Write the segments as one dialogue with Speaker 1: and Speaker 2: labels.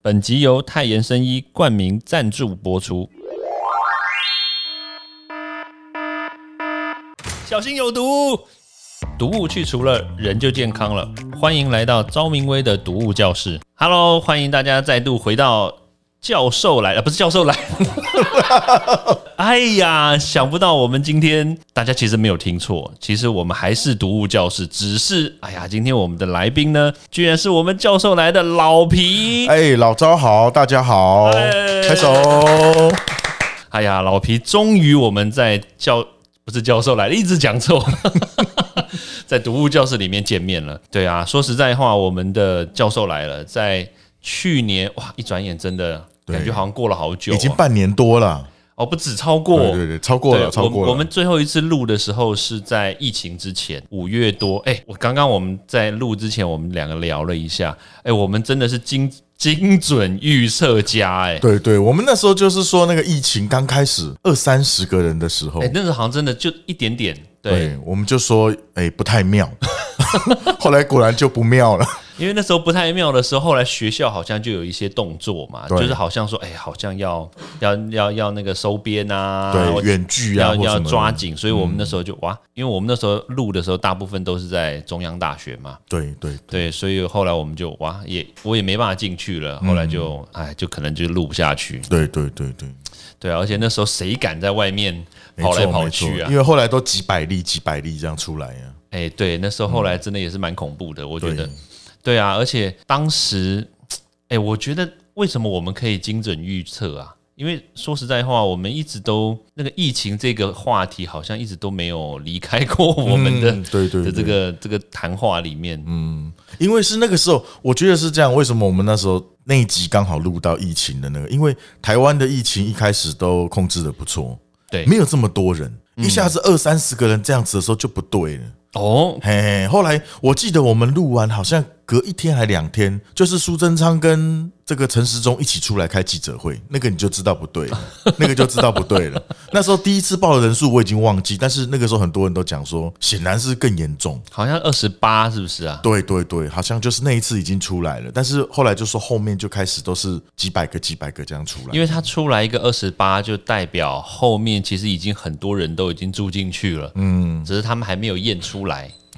Speaker 1: 本集由泰妍生医冠名赞助播出。小心有毒！毒物去除了，人就健康了。欢迎来到昭明威的毒物教室。Hello，欢迎大家再度回到教授来了，呃不是教授 来了。哎呀，想不到我们今天大家其实没有听错，其实我们还是毒物教室，只是哎呀，今天我们的来宾呢，居然是我们教授来的老皮。
Speaker 2: 哎，老招好，大家好，
Speaker 1: 哎
Speaker 2: 拍手。
Speaker 1: 哎呀，老皮，终于我们在教不是教授来了，一直讲错， 在读物教室里面见面了。对啊，说实在话，我们的教授来了，在去年哇，一转眼真的
Speaker 2: 对
Speaker 1: 感觉好像过了好久、哦，
Speaker 2: 已经半年多了，
Speaker 1: 哦，不止超过。
Speaker 2: 对对对，超过了，
Speaker 1: 对
Speaker 2: 超
Speaker 1: 我
Speaker 2: 过
Speaker 1: 们
Speaker 2: 了。
Speaker 1: 我们最后一次录的时候是在疫情之前，五月多。哎、我刚刚我们在录之前，我们两个聊了一下。哎、我们真的是精精准预测家、哎，
Speaker 2: 对对，我们那时候就是说那个疫情刚开始二三十个人的时候
Speaker 1: 哎、，那时候好像真的就一点点，对，
Speaker 2: 对，我们就说哎不 太妙，后来果然就不妙了。
Speaker 1: 因为那时候不太妙的时候，后来学校好像就有一些动作嘛，
Speaker 2: 对
Speaker 1: 就是好像说，哎、好像要要要要那个收编啊，
Speaker 2: 对，
Speaker 1: 或
Speaker 2: 远距啊
Speaker 1: 要
Speaker 2: 或
Speaker 1: 要
Speaker 2: 什
Speaker 1: 抓
Speaker 2: 么的，嗯
Speaker 1: 紧，所以我们那时候就、哇，因为我们那时候录的时候，大部分都是在中央大学嘛，
Speaker 2: 对对
Speaker 1: 对，所以后来我们就哇，也我也没办法进去了，
Speaker 2: 嗯
Speaker 1: 后来就哎、就可能就录不下去，
Speaker 2: 对对对对，
Speaker 1: 对啊，而且那时候谁敢在外面
Speaker 2: 没
Speaker 1: 跑来
Speaker 2: 错
Speaker 1: 跑
Speaker 2: 没错
Speaker 1: 去，啊
Speaker 2: 因？为后来都几百例几百例这样出来呀。
Speaker 1: 哎、对，那时候后来真的也是蛮恐怖的，我觉得
Speaker 2: 嗯对。
Speaker 1: 对啊，而且当时，哎、我觉得为什么我们可以精准预测啊？因为说实在话，我们一直都那个疫情这个话题，好像一直都没有离开过我们的、
Speaker 2: 嗯对对
Speaker 1: 的
Speaker 2: 对嗯
Speaker 1: 这个这个谈话里面。
Speaker 2: 因为是那个时候，我觉得是这样。为什么我们那时候那一集刚好录到疫情的那个？因为台湾的疫情一开始都控制的不错，
Speaker 1: 对
Speaker 2: 没有这么多人，一下子二三十个人这样子的时候就不对了。
Speaker 1: 哦，
Speaker 2: 嘿嘿，后来我记得我们录完，好像隔一天还两天，就是苏贞昌跟这个陈时中一起出来开记者会，那个你就知道不对了，那个就知道不对了。那时候第一次报的人数我已经忘记，但是那个时候很多人都讲说，显然是更严重。
Speaker 1: 好像二十八是不是啊？
Speaker 2: 对对对，好像就是那一次已经出来了，但是后来就说后面就开始都是几百个、几百个这样出来，
Speaker 1: 因为它出来一个二十八，就代表后面其实已经很多人都已经住进去了，嗯，只是他们还没有验出来。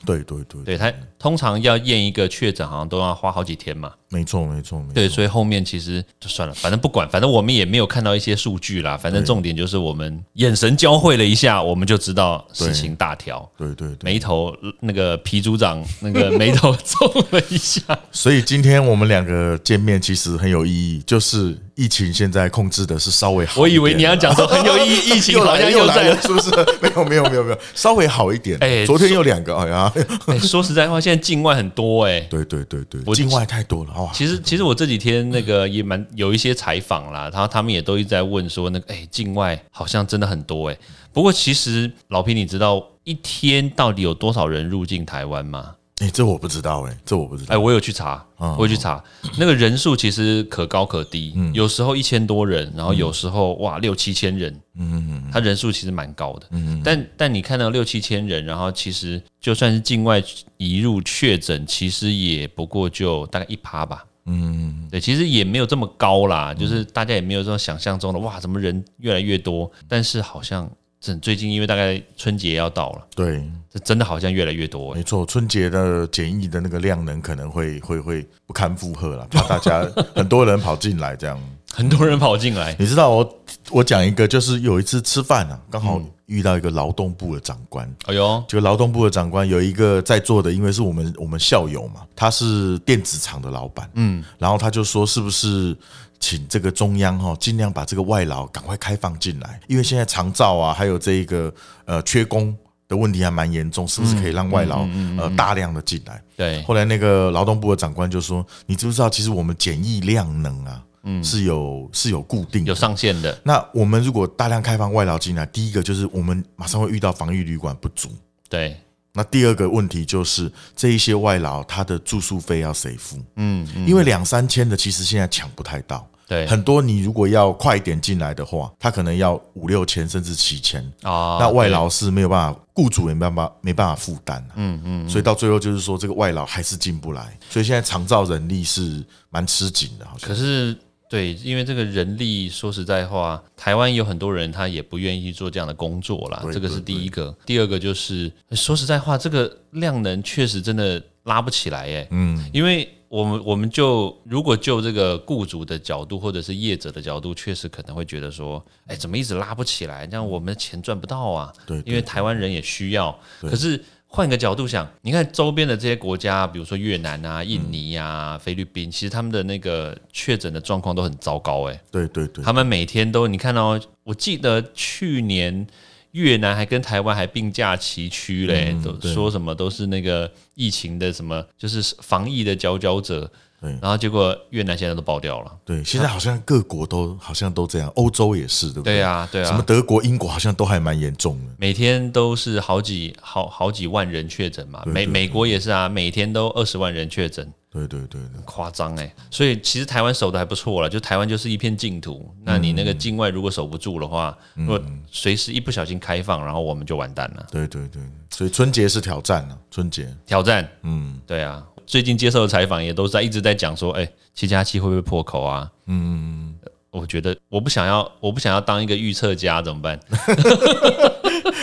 Speaker 2: 对对对，
Speaker 1: 对，它通常要验一个确诊，好像都要花好几天嘛。
Speaker 2: 没错没错没错，
Speaker 1: 对，所以后面其实就算了，反正不管，反正我们也没有看到一些数据啦。反正重点就是我们眼神交汇了一下，我们就知道事情大条。
Speaker 2: 对对对，
Speaker 1: 眉头呃那个皮组长那个眉头皱了一下，
Speaker 2: 所以今天我们两个见面其实很有意义，就是疫情现在控制的是稍微 好
Speaker 1: 我
Speaker 2: 一
Speaker 1: 以
Speaker 2: 点了，
Speaker 1: 为你要讲说很有意义，疫情
Speaker 2: 又
Speaker 1: 好
Speaker 2: 来
Speaker 1: 像
Speaker 2: 又来
Speaker 1: 在。
Speaker 2: 了，是不是？没有没有没 有没有，稍微好一点。
Speaker 1: 哎
Speaker 2: 昨天有两个，哎呀，
Speaker 1: 哎，说实在话，现在境外很多哎、
Speaker 2: 对对对对，
Speaker 1: 我
Speaker 2: 境外太多了哇，
Speaker 1: 其实，其实我这几天那个也蛮有一些采访啦，然后他们也都一直在问说，那个哎、境外好像真的很多哎、不过其实老皮，你知道一天到底有多少人入境台湾吗？
Speaker 2: 哎，这我不知道哎，这我不知
Speaker 1: 哎，
Speaker 2: 道，
Speaker 1: 我有去查，我有去查，那个人数其实可高可低，有时候一千多人，然后有时候哇六七千人，嗯嗯，他人数其实蛮高的，嗯，但但你看到六七千人，然后其实就算是境外移入确诊，其实也不过就大概一趴吧。嗯，对，其实也没有这么高啦，就是大家也没有这种想象中的哇，怎么人越来越多？但是好像这最近因为大概春节要到了，
Speaker 2: 对，
Speaker 1: 这真的好像越来越多、欸。
Speaker 2: 没错，春节的检疫的那个量能可能会会会不堪负荷了，怕大家很多人跑进来这样。
Speaker 1: 很多人跑进来，
Speaker 2: 你知道我我讲一个，就是有一次吃饭啊，刚好遇到一个劳动部的长官，
Speaker 1: 哎呦，
Speaker 2: 就劳动部的长官有一个在座的，因为是我们我们校友嘛，他是电子厂的老板，嗯，然后他就说是不是请这个中央哈、哦，尽量把这个外劳赶快开放进来，因为现在长照啊，还有这一个呃缺工的问题还蛮严重，是不是可以让外劳、呃大量的进来？
Speaker 1: 对，
Speaker 2: 后来那个劳动部的长官就说，你知不知道，其实我们检疫量能啊，嗯，是有是有固定的
Speaker 1: 有上限的，
Speaker 2: 那我们如果大量开放外劳进来，第一个就是我们马上会遇到防疫旅馆不足，
Speaker 1: 对，
Speaker 2: 那第二个问题就是，这一嗯些外劳他的住宿费要谁付？嗯，因为两三千的其实现在抢不太到，
Speaker 1: 对
Speaker 2: 很多你如果要快一点进来的话，他可能要五六千甚至七千，
Speaker 1: 啊
Speaker 2: 那外劳是没有办法，雇主也没办法没办法负担、嗯嗯，所以到最后就是说这个外劳还是进不来，所以现在长照人力是蛮吃紧的，好像
Speaker 1: 可是对，因为这个人力，说实在话，台湾有很多人他也不愿意做这样的工作啦，
Speaker 2: 对
Speaker 1: 这个是
Speaker 2: 对
Speaker 1: 第一个。第二个就是说实在话，这个量能确实真的拉不起来耶、嗯，因为。我们我们就如果就这个雇主的角度或者是业者的角度，确实可能会觉得说，哎，怎么一直拉不起来？这样我们的钱赚不到啊。
Speaker 2: 对对
Speaker 1: 因为台湾人也需要。可是换个角度想，你看周边的这些国家，比如说越南
Speaker 2: 嗯
Speaker 1: 啊、印尼啊、菲律宾，其实他们的那个确诊的状况都很糟糕、欸。
Speaker 2: 对对对
Speaker 1: 他们每天都，你看哦，我记得去年。越南还跟台湾还并驾齐驱嘞，
Speaker 2: 嗯
Speaker 1: 都
Speaker 2: 对
Speaker 1: 说什么都是那个疫情的什么，就是防疫的佼佼者。
Speaker 2: 对
Speaker 1: 然后结果越南现在都爆掉了。
Speaker 2: 对，现在好像各国都好像都这样，欧洲也是，对不对？
Speaker 1: 对啊，对啊，
Speaker 2: 什么德国、英国好像都还蛮严重的。
Speaker 1: 每天都是好几好好几万人确诊嘛，
Speaker 2: 对
Speaker 1: 美
Speaker 2: 对
Speaker 1: 美国也是啊，每天都二十万人确诊，
Speaker 2: 对对对对，
Speaker 1: 夸张哎。所以其实台湾守的还不错了，就台湾就是一片净土。那你那个境外如果守不住的话，
Speaker 2: 嗯
Speaker 1: 如果随时一不小心开放，然后我们就完蛋了。
Speaker 2: 对对对，所以春节是挑战啊，春节，
Speaker 1: 挑 战，
Speaker 2: 嗯
Speaker 1: 对啊。最近接受的采访也都在一直在讲说，哎、七加七会不会破口啊？呃
Speaker 2: 嗯嗯
Speaker 1: 我觉得我不想要，我不想要当一个预测家，怎么办？
Speaker 2: 嗯，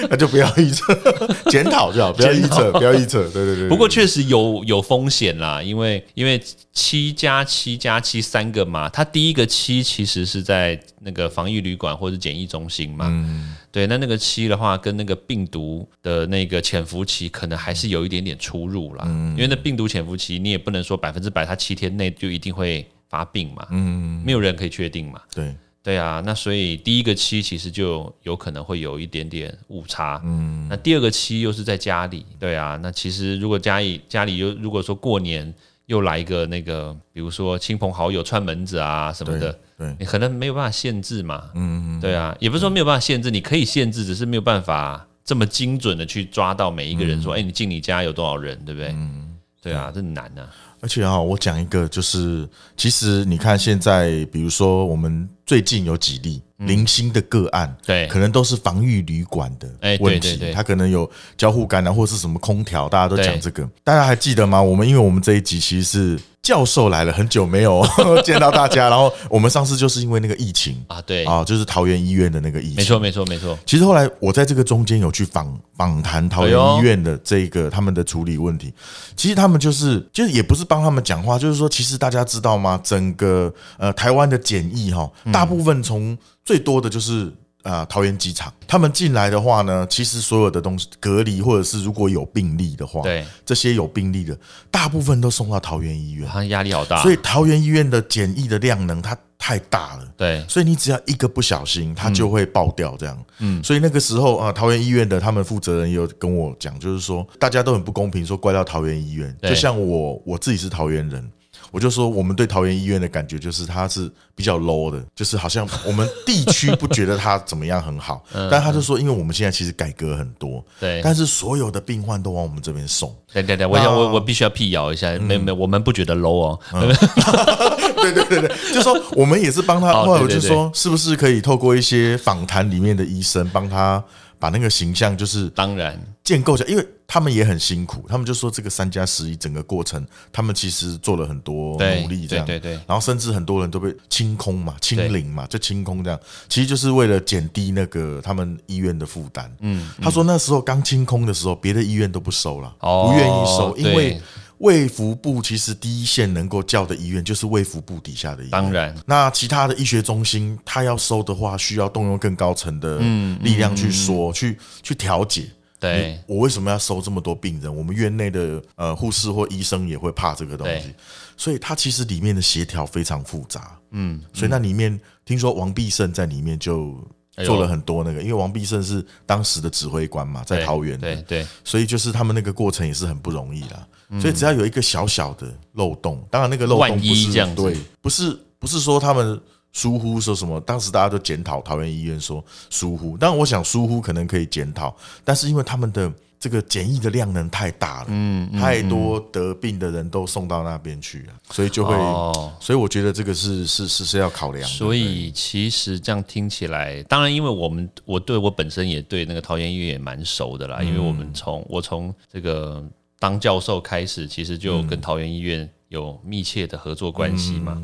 Speaker 2: 那就不要预测，检讨就好，不要预测，不要预测，对对对。
Speaker 1: 不过确实有有风险啦，因为因为七加七加七三个嘛，它第一个七其实是在那个防疫旅馆或者检疫中心嘛，
Speaker 2: 嗯
Speaker 1: 对，那那个七的话跟那个病毒的那个潜伏期可能还是有一点点出入啦，
Speaker 2: 嗯
Speaker 1: 因为那病毒潜伏期你也不能说百分之百它七天内就一定会发病嘛，
Speaker 2: 嗯，嗯
Speaker 1: 没有人可以确定嘛，
Speaker 2: 对，
Speaker 1: 对啊，那所以第一个期其实就有可能会有一点点误差，嗯，那第二个期又是在家里，对啊，那其实如果家里家里又如果说过年又来一个那个，比如说亲朋好友串门子啊什么
Speaker 2: 对
Speaker 1: 的，
Speaker 2: 对，
Speaker 1: 你可能没有办法限制嘛，
Speaker 2: 嗯嗯
Speaker 1: 对啊，也不是说没有办法限制，你可以限制，只是没有办法这么精准的去抓到每一个
Speaker 2: 嗯
Speaker 1: 人说，哎、你进你家有多少人，对不对？对啊，这很难啊，
Speaker 2: 嗯，而且啊，我讲一个，就是其实你看现在，比如说我们最近有几例零星的个案，
Speaker 1: 嗯对
Speaker 2: 可能都是防疫旅馆的
Speaker 1: 哎对
Speaker 2: 问
Speaker 1: 对
Speaker 2: 题
Speaker 1: 对，
Speaker 2: 它可能有交互感染啊或是什么空调，大家都
Speaker 1: 对
Speaker 2: 讲这个。大家还记得吗？我们因为我们这一集其实是教授来了，很久没有 见到大家，然后我们上次就是因为那个疫情
Speaker 1: 啊，对，
Speaker 2: 啊，就是桃园医院的那个疫情，
Speaker 1: 没错，没错，没错，
Speaker 2: 其实后来我在这个中间有去访访谈桃园医院的这个他们的处理问题，其实他们就是就是也不是帮他们讲话，就是说其实大家知道吗？整个呃台湾的检疫哈，大部分从最多的就是。啊、桃园机场，他们进来的话呢，其实所有的东西隔离，或者是如果有病例的话，
Speaker 1: 对，
Speaker 2: 这些有病例的，大部分都送到桃园医院，
Speaker 1: 他压力好大，
Speaker 2: 所以桃园医院的检疫的量能它太大了。
Speaker 1: 对。
Speaker 2: 所以你只要一个不小心，它就会爆掉这样。嗯，所以那个时候啊，桃园医院的他们负责人也有跟我讲，就是说大家都很不公平，说怪到桃园医院。
Speaker 1: 对
Speaker 2: 就像我我自己是桃园人。我就说，我们对桃园医院的感觉就是它是比较 low 的，就是好像我们地区不觉得它怎么样 很好，
Speaker 1: 嗯
Speaker 2: 但他就说，因为我们现在其实改革很多，
Speaker 1: 对，
Speaker 2: 但是所有的病患都往我们这边送，
Speaker 1: 等等等，我想我我必须要辟谣一
Speaker 2: 嗯
Speaker 1: 下，没有没有，我们不觉得 low 哦，
Speaker 2: 对对对对，就说我们也是帮 他，
Speaker 1: 哦
Speaker 2: 后来我
Speaker 1: 对对
Speaker 2: 就说，是不是可以透过一些访谈里面的医生，帮他把那个形象就是
Speaker 1: 当然
Speaker 2: 建构起来，因为他们也很辛苦，他们就说这个三加十一整个过程，他们其实做了很多
Speaker 1: 对
Speaker 2: 努力，这样
Speaker 1: 对对对
Speaker 2: 然后甚至很多人都被清空嘛、清零嘛，就清空这样，其实就是为了减低那个他们医院的负担。嗯，他说那时候刚清空的时候，别的医院都不收了，
Speaker 1: 哦
Speaker 2: 不愿意收，因为
Speaker 1: 对
Speaker 2: 卫福部其实第一线能够叫的医院就是卫福部底下的医院。
Speaker 1: 当然，
Speaker 2: 那其他的医学中心，他要收的话，需要动用更高层的
Speaker 1: 嗯
Speaker 2: 力量去说、去去调解。
Speaker 1: 对
Speaker 2: 我为什么要收这么多病人？我们院内的呃护士或医生也会怕这个东西
Speaker 1: 对，
Speaker 2: 所以它其实里面的协调非常复杂。嗯，所以那里面听说王必胜在里面就
Speaker 1: 哎呦
Speaker 2: 做了很多那个，因为王必胜是当时的指挥官嘛，在
Speaker 1: 对
Speaker 2: 桃园
Speaker 1: 对
Speaker 2: 的，
Speaker 1: 对，
Speaker 2: 所以就是他们那个过程也是很不容易啦。所以只要有一个小小的漏洞，当然那个漏洞
Speaker 1: 嗯万
Speaker 2: 不
Speaker 1: 一
Speaker 2: 是
Speaker 1: 这样子
Speaker 2: 对，不是不是说他们疏忽说什么，当时大家都检讨桃园医院说疏忽，但我想疏忽可能可以检讨，但是因为他们的这个检疫的量能太大了，嗯，太多得病的人都送到那边去了，所以就会，
Speaker 1: 哦
Speaker 2: 所以我觉得这个是是是是要考量的。
Speaker 1: 所以其实这样听起来，当然，因为我们我对我本身也对那个桃园医院也蛮熟的啦，
Speaker 2: 嗯
Speaker 1: 因为我们从我从这个当教授开始，其实就跟桃园医院有密切的合作关系嘛。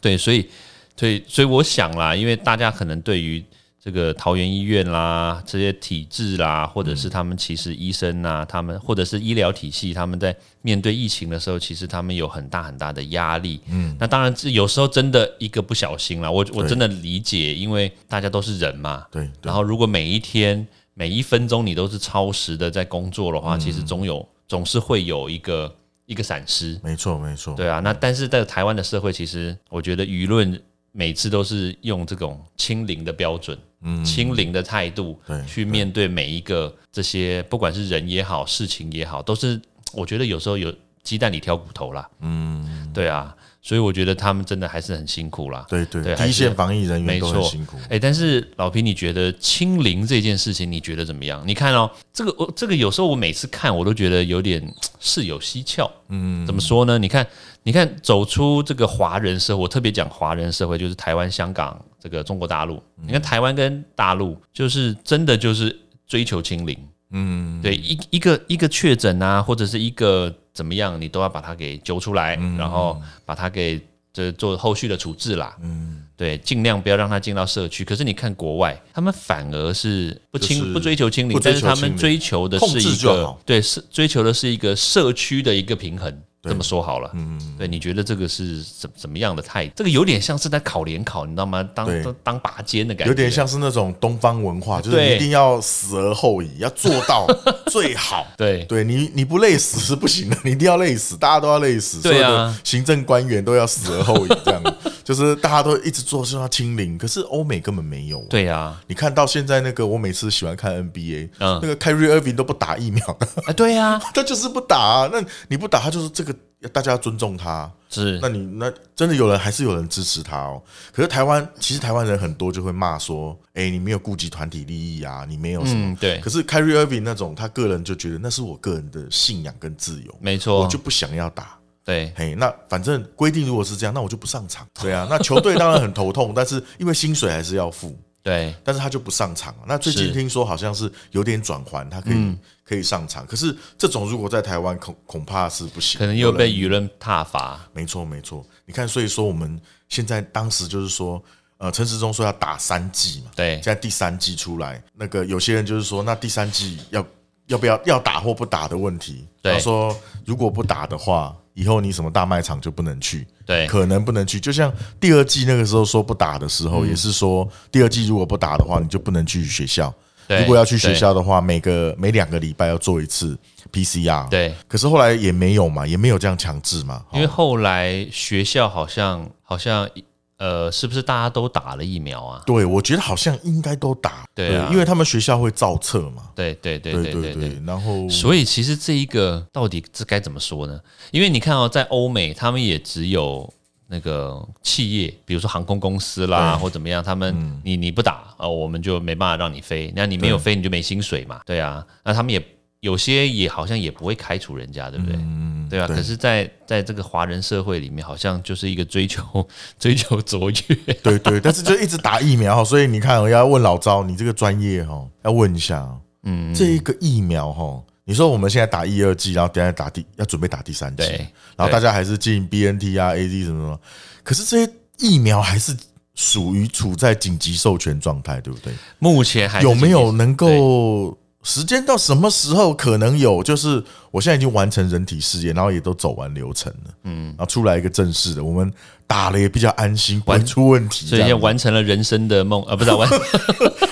Speaker 1: 对，所以，所以，所以我想啦，因为大家可能对于这个桃园医院啦、这些体制啦，或者是他们其实医生啊，他们或者是医疗体系，他们在面对疫情的时候，其实他们有很大很大的压力。嗯，那当然，这有时候真的一个不小心啦，我我真的理解，因为大家都是人嘛。
Speaker 2: 对，对，
Speaker 1: 然后，如果每一天、每一分钟你都是超时的在工作的话，其实
Speaker 2: 嗯
Speaker 1: 总有总是会有一个一个闪失。
Speaker 2: 没错没错，
Speaker 1: 对啊，那但是在台湾的社会，其实我觉得舆论每次都是用这种清零的标准、
Speaker 2: 嗯，
Speaker 1: 清零的态度
Speaker 2: 对
Speaker 1: 去面对每一个这些，不管是人也好，事情也好，都是我觉得有时候有鸡蛋里挑骨头啦。嗯，对啊，所以我觉得他们真的还是很辛苦啦。
Speaker 2: 对对，
Speaker 1: 对
Speaker 2: 第一
Speaker 1: 还
Speaker 2: 线
Speaker 1: 是
Speaker 2: 防疫人员
Speaker 1: 没
Speaker 2: 都很
Speaker 1: 错
Speaker 2: 辛苦。
Speaker 1: 哎、但是老皮，你觉得清零这件事情，你觉得怎么样？你看哦，这个我这个有时候我每次看，我都觉得有点嘖事有蹊跷。嗯，怎么说呢？你看，你看，走出这个华人社会，我特别讲华人社会，就是台湾、香港、这个中国大陆。你看台湾跟大陆，就是真的就是追求清零。嗯，对，一一个一个确诊啊，或者是一个怎么样，你都要把它给揪出来，
Speaker 2: 嗯
Speaker 1: 然后把它给这做后续的处置啦。
Speaker 2: 嗯
Speaker 1: 对，尽量不要让它进到社区。可是你看国外，他们反而是不清、
Speaker 2: 就是
Speaker 1: 不追求清零，
Speaker 2: 不追
Speaker 1: 但
Speaker 2: 求
Speaker 1: 是
Speaker 2: 清零
Speaker 1: 他们追求的是
Speaker 2: 控制
Speaker 1: 一
Speaker 2: 就
Speaker 1: 个
Speaker 2: 好
Speaker 1: 对是追求的是一个社区的一个平衡。这么说好了，嗯，对，你觉得这个是怎怎么样的态度？这个有点像是在考联考，你知道吗？当
Speaker 2: 对
Speaker 1: 当当拔尖的感觉，
Speaker 2: 有点像是那种东方文化，就是
Speaker 1: 对
Speaker 2: 你一定要死而后已，要做 到最好。
Speaker 1: 对
Speaker 2: 对你，你不累死是不行的，你 一定要累死，大家都要累死，
Speaker 1: 对啊
Speaker 2: 所有的行政官员都要死而后已，这样就是大家都一直做，就要清零。可是欧美根本没有、啊，
Speaker 1: 对啊，
Speaker 2: 你看到现在那个，我每次喜欢看 NBA，、
Speaker 1: 嗯
Speaker 2: 那个 Kyrie Irving 都不打疫苗，
Speaker 1: 啊，对啊，
Speaker 2: 他就是不打、啊。那你不打，他就是这个，大家要尊重他啊。
Speaker 1: 是
Speaker 2: 那你那真的有人还是有人支持他哦。可是台湾其实台湾人很多就会骂说，哎、你没有顾及团体利益啊，你没有什么。
Speaker 1: 嗯，对
Speaker 2: 可，是 Kyrie Irving 那种，他个人就觉得那是我个人的信仰跟自由，
Speaker 1: 没
Speaker 2: 我
Speaker 1: 错
Speaker 2: 就，不想要打。
Speaker 1: 对，
Speaker 2: 嘿，那反正规定如果是这样，那我就不上场。对啊，那球队当然很头痛， 但是因为薪水还是要付，
Speaker 1: 对，
Speaker 2: 但是他就不上场了。那最近
Speaker 1: 是嗯
Speaker 2: 听说好像是有点转环，他可以、可以上场。可是这种如果在台湾恐恐怕是不行，
Speaker 1: 可能又
Speaker 2: 有人
Speaker 1: 被舆论挞伐，
Speaker 2: 没错，没错。你看，所以说我们现在当时就是说，呃，陈时中说要打三剂嘛，
Speaker 1: 对
Speaker 2: 现，在第三剂出来，那个有些人就是说，那第三剂要要不要要打或不打的问题。
Speaker 1: 对
Speaker 2: 他说如果不打的话，以后你什么大卖场就不能去，
Speaker 1: 对，
Speaker 2: 可能不能去。就像第二季那个时候说不打的时
Speaker 1: 嗯
Speaker 2: 候，也是说第二季如果不打的话，你就不能去学校。
Speaker 1: 对
Speaker 2: 如果要去学校的话，每个每两个礼拜要做一次 PCR。。
Speaker 1: 对，
Speaker 2: 可是后来也没有嘛，也没有这样强制嘛。
Speaker 1: 因为后来学校好像好像呃，是不是大家都打了疫苗啊？
Speaker 2: 对，我觉得好像应该都打，
Speaker 1: 对啊
Speaker 2: 因为他们学校会造册嘛，
Speaker 1: 对对对
Speaker 2: 对
Speaker 1: 对
Speaker 2: 对
Speaker 1: 对对。
Speaker 2: 然后
Speaker 1: 所以其实这一个到底这该怎么说呢？因为你看哦，在欧美他们也只有那个企业，比如说航空公司啦，或怎么样，他们、
Speaker 2: 嗯
Speaker 1: 你你不打呃，我们就没办法让你飞。那你没有飞，你就没薪水嘛。对啊，那他们也有些也好像也不会开除人家，对不对？对啊，
Speaker 2: 嗯对
Speaker 1: 可是在，在这个华人社会里面，好像就是一个追求 追求卓越，
Speaker 2: 对对，但是就一直打疫苗，所以你看，我要问老赵，你这个专业哈，要问一下，嗯，这一个疫苗哈，你说我们现在打一二剂，然后等一下打第要准备打第三剂
Speaker 1: 对，
Speaker 2: 然后
Speaker 1: 对
Speaker 2: 大家还是进 BNT 啊、AZ 什么什么，可是这些疫苗还是属于处在紧急授权状态，对不对？
Speaker 1: 目前还是
Speaker 2: 有没
Speaker 1: 仅
Speaker 2: 有
Speaker 1: 仅
Speaker 2: 能够时间到什么时候可能有？就是我现在已经完成人体试验，然后也都走完流程了，嗯，然后出来一个正式的，我们打了也比较安心，不会出问题，
Speaker 1: 所以现
Speaker 2: 这
Speaker 1: 在
Speaker 2: 样
Speaker 1: 完成了人生的梦，呃，不是啊完。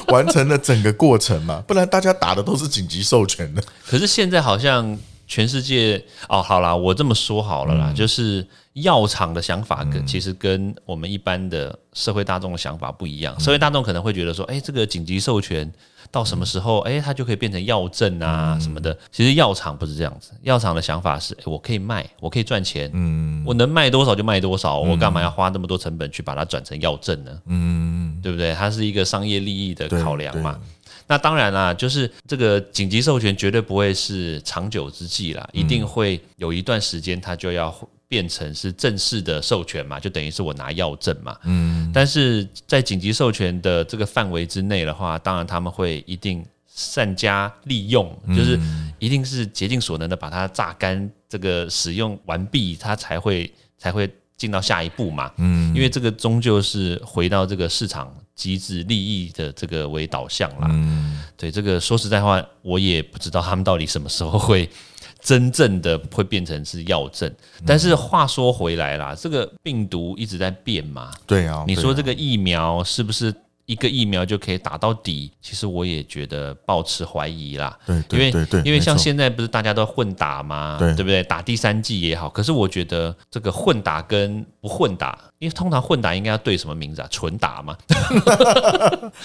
Speaker 2: 完成了整个过程嘛，不然大家打的都是紧急授权的，
Speaker 1: 可是现在好像全世界哦，好啦，我这么说好了啦，就是药厂的想法跟、其实跟我们一般的社会大众的想法不一样。社会大众可能会觉得说，哎、这个紧急授权到什么时候，哎、它就可以变成药证啊什么的。其实药厂不是这样子，药厂的想法是，哎、我可以卖，我可以赚钱，嗯，我能卖多少就卖多少，我干嘛要花那么多成本去把它转成药证呢？
Speaker 2: 嗯，
Speaker 1: 对不对？它是一个商业利益的
Speaker 2: 对
Speaker 1: 考量嘛。那当然啦，就是这个紧急授权绝对不会是长久之计啦，
Speaker 2: 嗯
Speaker 1: 一定会有一段时间它就要变成是正式的授权嘛，就等于是我拿药证嘛。嗯，但是在紧急授权的这个范围之内的话，当然他们会一定善加利用，
Speaker 2: 嗯
Speaker 1: 就是一定是竭尽所能的把它榨干，这个使用完毕，它才会才会进到下一步嘛。
Speaker 2: 嗯
Speaker 1: 因为这个终究是回到这个市场机制利益的这个为导向
Speaker 2: 嗯
Speaker 1: 啦。对这个说实在话，我也不知道他们到底什么时候 会真正的会变成是药证。
Speaker 2: 嗯
Speaker 1: 但是话说回来啦，这个病毒一直在变嘛，
Speaker 2: 对啊，
Speaker 1: 你说这
Speaker 2: 对啊
Speaker 1: 个疫苗是不是一个疫苗就可以打到底？其实我也觉得抱持怀疑啦。
Speaker 2: 对
Speaker 1: 因
Speaker 2: 对
Speaker 1: 为
Speaker 2: 对对，
Speaker 1: 因为像
Speaker 2: 没错
Speaker 1: 现在不是大家都混打嘛，
Speaker 2: 对
Speaker 1: 不对？打第三季也好，可是我觉得这个混打跟不混打，因为通常混打应该要对什么名字啊？纯打嘛，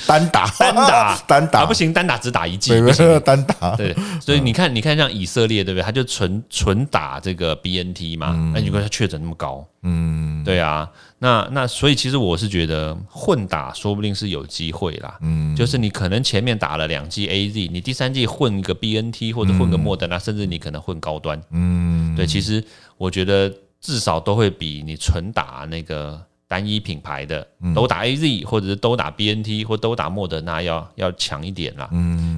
Speaker 2: 单打
Speaker 1: 单 打
Speaker 2: 单打
Speaker 1: 啊不，行，单打只打一季
Speaker 2: 没
Speaker 1: 不
Speaker 2: 没嗯
Speaker 1: 行。
Speaker 2: 有 单打，
Speaker 1: 对，所以你看，你看像以色列，对不对？他就纯纯打这个 BNT 嘛，
Speaker 2: 嗯
Speaker 1: 那你说他确诊那么高，嗯，对啊，那那所以其实我是觉得混打说不定是有机会啦，嗯，就是你可能前面打了两剂 AZ，你第三剂混个 BNT 或者混
Speaker 2: 嗯
Speaker 1: 个莫德纳，甚至你可能混高端，嗯，对，其实我觉得至少都会比你纯打那个。单一品牌的都打 A Z 或者是都打 B N T 或都打莫德纳要要强一点啦，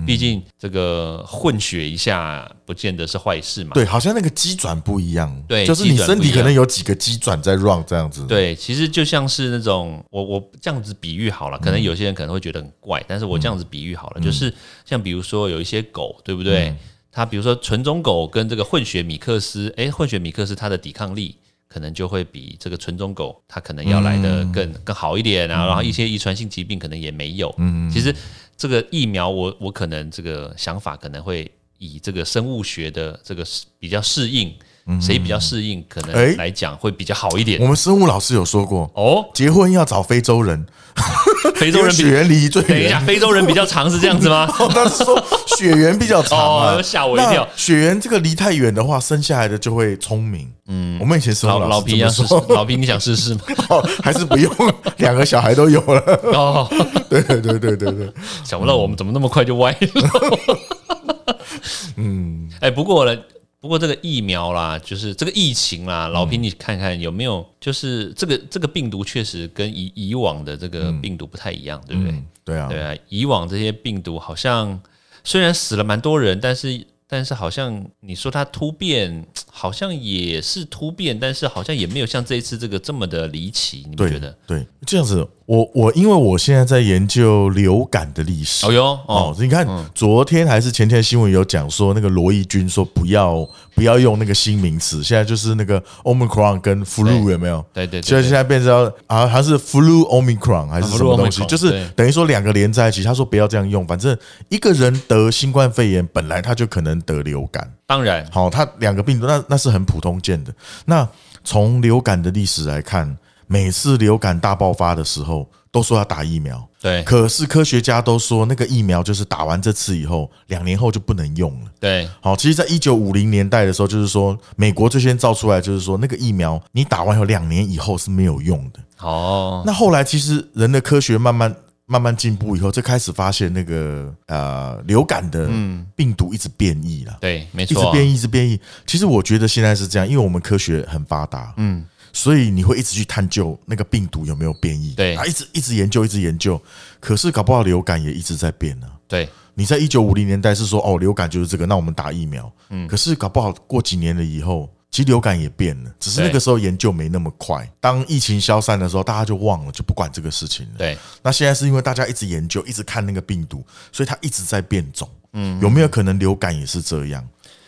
Speaker 1: 毕竟这个混血一下，不见得是坏事嘛。
Speaker 2: 对，好像那个机转不一样，
Speaker 1: 对
Speaker 2: 就是你
Speaker 1: 机转
Speaker 2: 身
Speaker 1: 不一样
Speaker 2: 体可能有几个机转在 run 这样子，
Speaker 1: 对其实就像是那种我我这样子比喻好了，
Speaker 2: 嗯
Speaker 1: 可能有些人可能会觉得很怪，但是我这样子比喻好了，就是像比如说有一些狗，对不对？
Speaker 2: 嗯
Speaker 1: 它比如说纯种狗跟这个混血米克斯，诶，混血米克斯它的抵抗力。可能就会比这个纯种狗，它可能要来的
Speaker 2: 嗯
Speaker 1: 更、更好一点啊，然后一些遗传性疾病可能也没有。嗯，其实这个疫苗我，我可能这个想法可能会以这个生物学的这个比较适应，谁比较适应，可
Speaker 2: 嗯诶
Speaker 1: 能来讲会比较好一点
Speaker 2: 我。们生物老师有说过，
Speaker 1: 哦，
Speaker 2: 结婚要找非洲人，
Speaker 1: 非
Speaker 2: 因
Speaker 1: 洲
Speaker 2: 为
Speaker 1: 人
Speaker 2: 血
Speaker 1: 比
Speaker 2: 缘离最
Speaker 1: 等一下，
Speaker 2: 远。
Speaker 1: 非洲人比较长是这样子 吗？
Speaker 2: 哦， 他是说血缘比较长 啊
Speaker 1: 哦，吓我一跳。
Speaker 2: 那血缘这个离太远的话，生下来的就会聪明。嗯，我们以前生
Speaker 1: 老
Speaker 2: 物
Speaker 1: 老
Speaker 2: 老师
Speaker 1: 皮
Speaker 2: 这
Speaker 1: 要
Speaker 2: 么
Speaker 1: 试试
Speaker 2: 说，，
Speaker 1: 老皮你想试 试吗？
Speaker 2: 哦还是不用，两个小孩都有了。
Speaker 1: 哦，
Speaker 2: 对对对对对对，
Speaker 1: 想不到我们怎么那么快就歪了。嗯，哎，不过呢，不过这个疫苗啦，就是这个疫情啦，老皮你看看有没有，就是这个这个病毒确实跟以以往的这个病毒不太一样，对不对？
Speaker 2: 嗯，对啊，
Speaker 1: 对啊，以往这些病毒好像虽然死了蛮多人，但是但是好像你说它突变，好像也是突变，但是好像也没有像这一次这个这么的离奇，你不
Speaker 2: 对
Speaker 1: 觉得？
Speaker 2: 对，这样子，我我因为我现在在研究流感的历史
Speaker 1: 哦。哟
Speaker 2: 哦
Speaker 1: 哦，，
Speaker 2: 你看，昨天还是前天的新闻有讲说，那个罗毅军说不要不要用那个新名词，现在就是那个 omicron 跟 flu 有没有？
Speaker 1: 对对对
Speaker 2: 所以
Speaker 1: 啊
Speaker 2: 现在变成要啊，还是 flu omicron 还是什么东西？
Speaker 1: Flu Omicron，
Speaker 2: 就是
Speaker 1: 对
Speaker 2: 等于说两个连在一起。他说不要这样用，反正一个人得新冠肺炎，本来他就可能得流感。
Speaker 1: 当然
Speaker 2: 好，它两个病毒，那那是很普通见的。那从流感的历史来看，每次流感大爆发的时候，都说要打疫苗，
Speaker 1: 对
Speaker 2: 可是科学家都说那个疫苗就是打完这次以后，两年后就不能用了。
Speaker 1: 对
Speaker 2: 好，其实，在一九五零年代的时候，就是说美国最先造出来，就是说那个疫苗你打完以后两年以后是没有用的。
Speaker 1: 哦，
Speaker 2: 那后来其实人的科学慢慢慢慢进步以后，就开始发现那个呃流感的病毒一直变异了。
Speaker 1: 对，没
Speaker 2: 一直
Speaker 1: 错啊，
Speaker 2: 变异，一直变异。其实我觉得现在是这样，因为我们科学很发达，嗯，所以你会一直去探究那个病毒有没有变异，
Speaker 1: 对
Speaker 2: 啊，一直一直研究，一直研究。可是搞不好流感也一直在变啊。
Speaker 1: 对
Speaker 2: 你在一九五零年代是说哦，流感就是这个，那我们打疫苗，嗯，可是搞不好过几年了以后。其实流感也变了，只是那
Speaker 1: 对
Speaker 2: 个时候研究没那么快。当疫情消散的时候，大家就忘了，就不管这个事情了。
Speaker 1: 对
Speaker 2: 那现在是因为大家一直研究，一直看那个病毒，所以它一直在变种。嗯，有没有可能流感也是这样？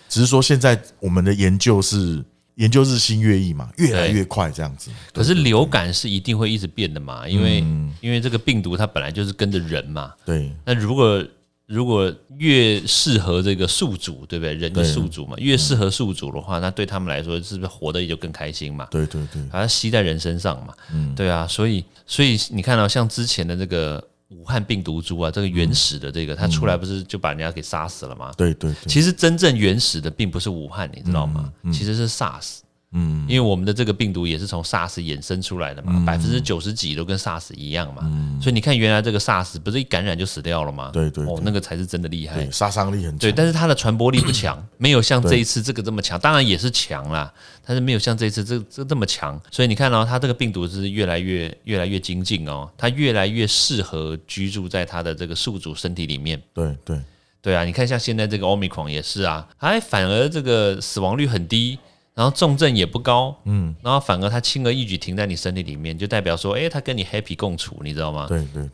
Speaker 2: 只是说现在我们的研究是研究日新月异嘛，越来越快这样子。
Speaker 1: 可是流感是一定会一
Speaker 2: 嗯
Speaker 1: 直变的嘛，因为因为这个病毒它本来就是跟着人嘛，
Speaker 2: 对
Speaker 1: 那如果如果越适合这个宿主，对不对？人的宿主嘛，越适合宿主的话，那对他们来说是不是活得也就更开心嘛？
Speaker 2: 对对对，
Speaker 1: 把它吸在人身上嘛，对啊，所以所以你看到、像之前的这个武汉病毒株啊，这个原始的这个，它出来不是就把人家给杀死了吗？
Speaker 2: 对对对，嗯
Speaker 1: 其实真正原始的并不是武汉，你知道吗？其实是 SARS。嗯，因为我们的这个病毒也是从 SARS 衍生出来的
Speaker 2: 嗯
Speaker 1: 嘛，百分之九十几都跟 SARS 一样嘛，所以你看原来这个 SARS 不是一感染就死掉了吗？
Speaker 2: 对对
Speaker 1: 哦，那个才是真的厉害
Speaker 2: 对，。杀伤力很
Speaker 1: 对，
Speaker 2: 强。
Speaker 1: 但是它的传播力不 强，没有像这一次这个这么强，当然也是强啦，但是没有像这一次这这这么强。所以你看哦，它这个病毒是越来越越来越精进哦，它越来越适合居住在它的这个宿主身体里面。
Speaker 2: 对对
Speaker 1: 对啊，你看像现在这个 Omicron 也是啊，哎，反而这个死亡率很低，然后重症也不高，嗯，然后反而它轻而易举停在你身体里面，就代表说，哎，它跟你 happy 共处，你知道吗？
Speaker 2: 对对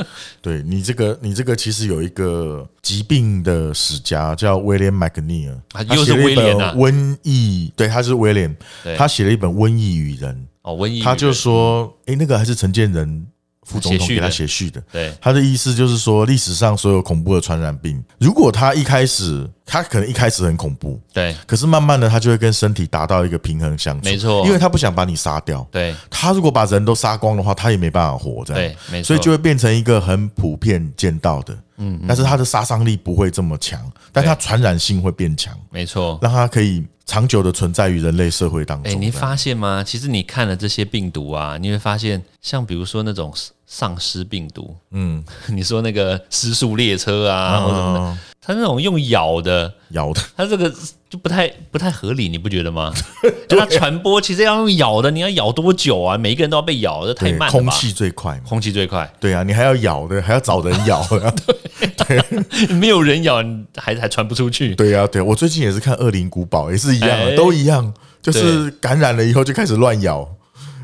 Speaker 2: 对，对你这个你这个其实有一个疾病的史家叫威廉麦克尼尔，
Speaker 1: 啊
Speaker 2: 他
Speaker 1: 又是
Speaker 2: 写了一
Speaker 1: 威廉
Speaker 2: 本
Speaker 1: 啊
Speaker 2: 瘟疫，对，他是威廉
Speaker 1: 对，
Speaker 2: 他写了一本《瘟疫与人
Speaker 1: 哦，瘟疫》，
Speaker 2: 他就说，诶，那个还是陈建仁副总
Speaker 1: 写
Speaker 2: 统
Speaker 1: 序
Speaker 2: 给他
Speaker 1: 的
Speaker 2: 写序的，
Speaker 1: 对
Speaker 2: 他的意思就是说，历史上所有恐怖的传染病，如果他一开始，他可能一开始很恐怖，
Speaker 1: 对
Speaker 2: 可是慢慢的他就会跟身体达到一个平衡相处，
Speaker 1: 没错
Speaker 2: 因为他不想把你杀掉。
Speaker 1: 对
Speaker 2: 他如果把人都杀光的话，他也没办法活，这样
Speaker 1: 对，，没错，
Speaker 2: 所以就会变成一个很普遍见到的，嗯，但是他的杀伤力不会这么强，但他传染性会变强，
Speaker 1: 没错。
Speaker 2: 让他可以长久的存在于人类社会当
Speaker 1: 哎，
Speaker 2: 中。
Speaker 1: 你
Speaker 2: 这样
Speaker 1: 发现吗？其实你看了这些病毒啊，你会发现，像比如说那种丧尸病毒，
Speaker 2: 嗯，
Speaker 1: 你说那个失速列车啊，或者什么的，
Speaker 2: 嗯
Speaker 1: 它那种用咬的，
Speaker 2: 咬的，
Speaker 1: 它这个就不太不太合理，你不觉得 吗？它传播其实要用咬的，你要咬多久啊？每一个人都要被咬，这太
Speaker 2: 对，
Speaker 1: 慢了
Speaker 2: 空
Speaker 1: 吧？
Speaker 2: 气最快嘛，
Speaker 1: 空气最快，
Speaker 2: 对啊，你还要咬的，还要找人咬，啊
Speaker 1: 没有人咬，你还还传不出去。
Speaker 2: 对啊，对啊，我最近也是看《恶灵古堡》，也是一样啊，
Speaker 1: 哎
Speaker 2: 都一样，就是感染了以后就开始乱咬，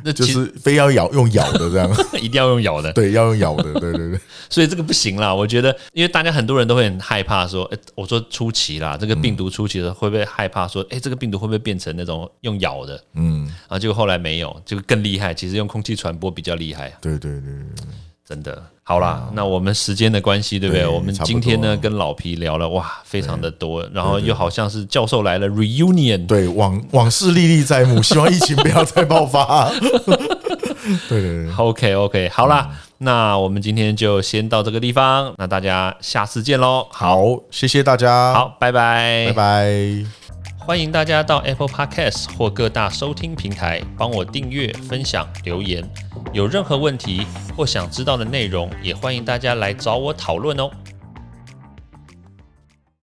Speaker 1: 那
Speaker 2: 就
Speaker 1: 其实
Speaker 2: 是非要咬用咬的这样，
Speaker 1: 一定要用咬的，
Speaker 2: 对，要用咬的，对对对，
Speaker 1: 所以这个不行啦。我觉得，因为大家很多人都会很害怕说，哎、我说初期啦，这个病毒初期的时候会不会害怕说，哎、这个病毒会不会变成那种用咬的？
Speaker 2: 嗯，
Speaker 1: 啊，结果后来没有，就更厉害。其实用空气传播比较厉害。
Speaker 2: 对对对对，
Speaker 1: 真的，好啦，那我们时间的关系，对不对？
Speaker 2: 嗯对
Speaker 1: 我们
Speaker 2: 差不
Speaker 1: 今天呢
Speaker 2: 多
Speaker 1: 跟老皮聊了，哇，非常的多，然后又好像是教授来了 reunion，
Speaker 2: 对往往事历历在目，希望疫情不要再爆发。对对嗯对，
Speaker 1: OK OK，好啦，那我们今天就先到这个地方，那大家下次见喽，
Speaker 2: 好，谢谢大家，，
Speaker 1: 好，拜拜，
Speaker 2: 拜拜。
Speaker 1: 欢迎大家到 Apple Podcast 或各大收听平台帮我订阅、分享、留言。有任何问题或想知道的内容，也欢迎大家来找我讨论哦。